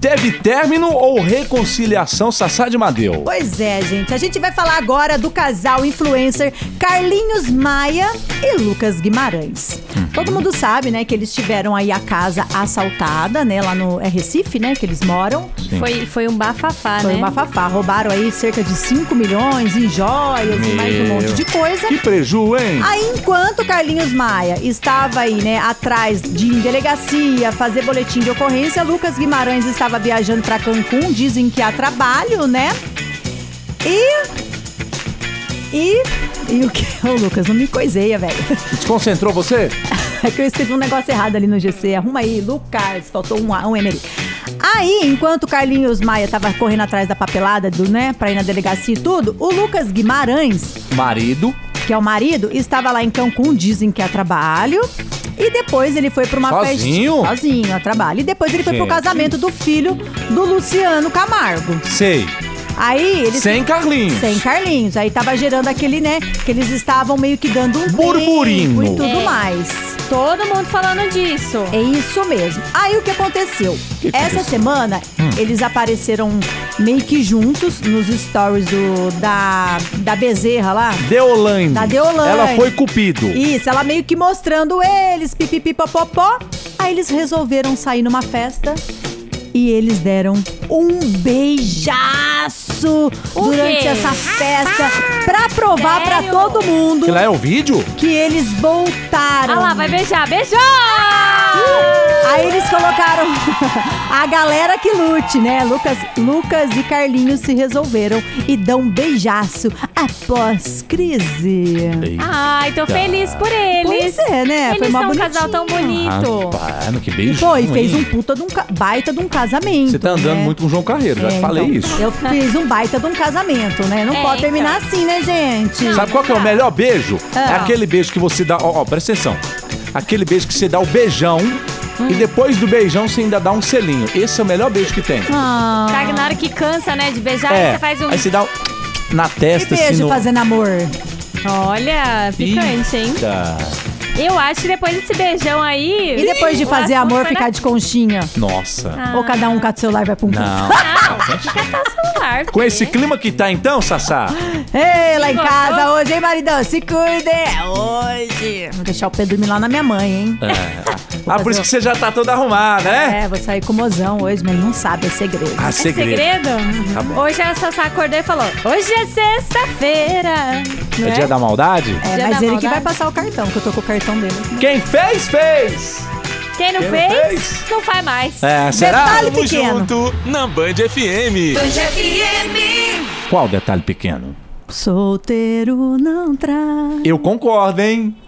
Teve término ou reconciliação Sassá de Madeu? Pois é, gente. A gente vai falar agora do casal influencer Carlinhos Maia e Lucas Guimarães. Todo mundo sabe, né, que eles tiveram aí a casa assaltada, né, lá no é Recife, né, que eles moram. Sim. Foi, foi um bafafá, Foi né? um bafafá. Roubaram aí cerca de 5 milhões em joias e mais um Meu. monte de coisa. Que preju, hein? Aí, enquanto Carlinhos Maia estava aí, né, atrás de ir em delegacia, fazer boletim de ocorrência, Lucas Guimarães estava viajando para Cancún, dizem que há trabalho, né? E. E. E o que? Ô, Lucas, não me coiseia, velho. Desconcentrou você? É que eu escrevi um negócio errado ali no GC. Arruma aí, Lucas. Faltou um, A, um M ali. Aí, enquanto Carlinhos Maia tava correndo atrás da papelada, do, né, pra ir na delegacia e tudo, o Lucas Guimarães Marido. que é o marido, estava lá em Cancún, dizem que é trabalho. E depois ele foi para uma Sozinho? festa. Sozinho, a trabalho. E depois ele foi pro Gente. casamento do filho do Luciano Camargo. Sei. Aí eles. Sem Carlinhos. Sem Carlinhos. Aí tava gerando aquele, né? Que eles estavam meio que dando um Burburinho. tempo e tudo É. mais. Todo mundo falando disso. É isso mesmo. Aí o que aconteceu? que Essa aconteceu? Hum. semana eles apareceram meio que juntos nos stories do, da, da Bezerra lá. Deolane. Da Deolane. Ela foi cupido. Isso, ela meio que mostrando eles, pipipipopopó. Aí eles resolveram sair numa festa e eles deram um beijaço O durante quê? essa festa pra provar pra Sério? todo mundo Que lá é o vídeo? que eles voltaram. Ah um lá, vai beijar. Beijou! Uh! Aí eles colocaram a galera que lute, né? Lucas, Lucas e Carlinhos se resolveram e dão um beijaço após crise. Ai, tô Tá. feliz por eles. Pois é, né? Eles Foi mó são um casal tão bonito. Rapaz, Ah, que beijo. Foi, fez um puta de um ca- baita de um casamento. Você tá andando né? muito com o João Carreiro, já É, te falei então, isso. Eu fiz um baita de um casamento, né? Não É, pode terminar assim, né, gente? Sabe qual que é o melhor beijo? Ah. É aquele beijo que você dá. Ó, ó, presta atenção. Aquele beijo que você dá o beijão Hum. e depois do beijão você ainda dá um selinho. Esse é o melhor beijo que tem. Ah, Tá, na hora que cansa, né, de beijar, aí você faz um... É, Aí você dá um na que testa, assim, um beijo no... fazendo amor. Olha, picante, hein? Eita. Eu acho que depois desse beijão aí... E depois de o fazer assunto amor, vai ficar na- de conchinha. Nossa. Ah. Ou cada um com o celular e vai pra um canto. Não. celular. Com porque- esse clima que tá então, Sassá? Ei, lá em Gostou? casa hoje, hein, maridão? Se cuide! É hoje! Vou deixar o Pedro dormir lá na minha mãe, hein? Ah, por isso um- que você já tá toda arrumada, né? É, vou sair com o mozão hoje, mas ele não sabe, é segredo. Ah, É segredo? Tá bom. Hoje a Sassá acordou e falou: Hoje é sexta-feira. não É dia da maldade? É, Dia mas ele que da maldade. vai passar o cartão, que eu tô com o cartão dele. Quem fez, fez! Quem não Quem não fez, fez? não faz mais. É, será? Detalhe Tamo pequeno. junto na Band FM. Qual detalhe pequeno? Solteiro não traz. Eu concordo, hein?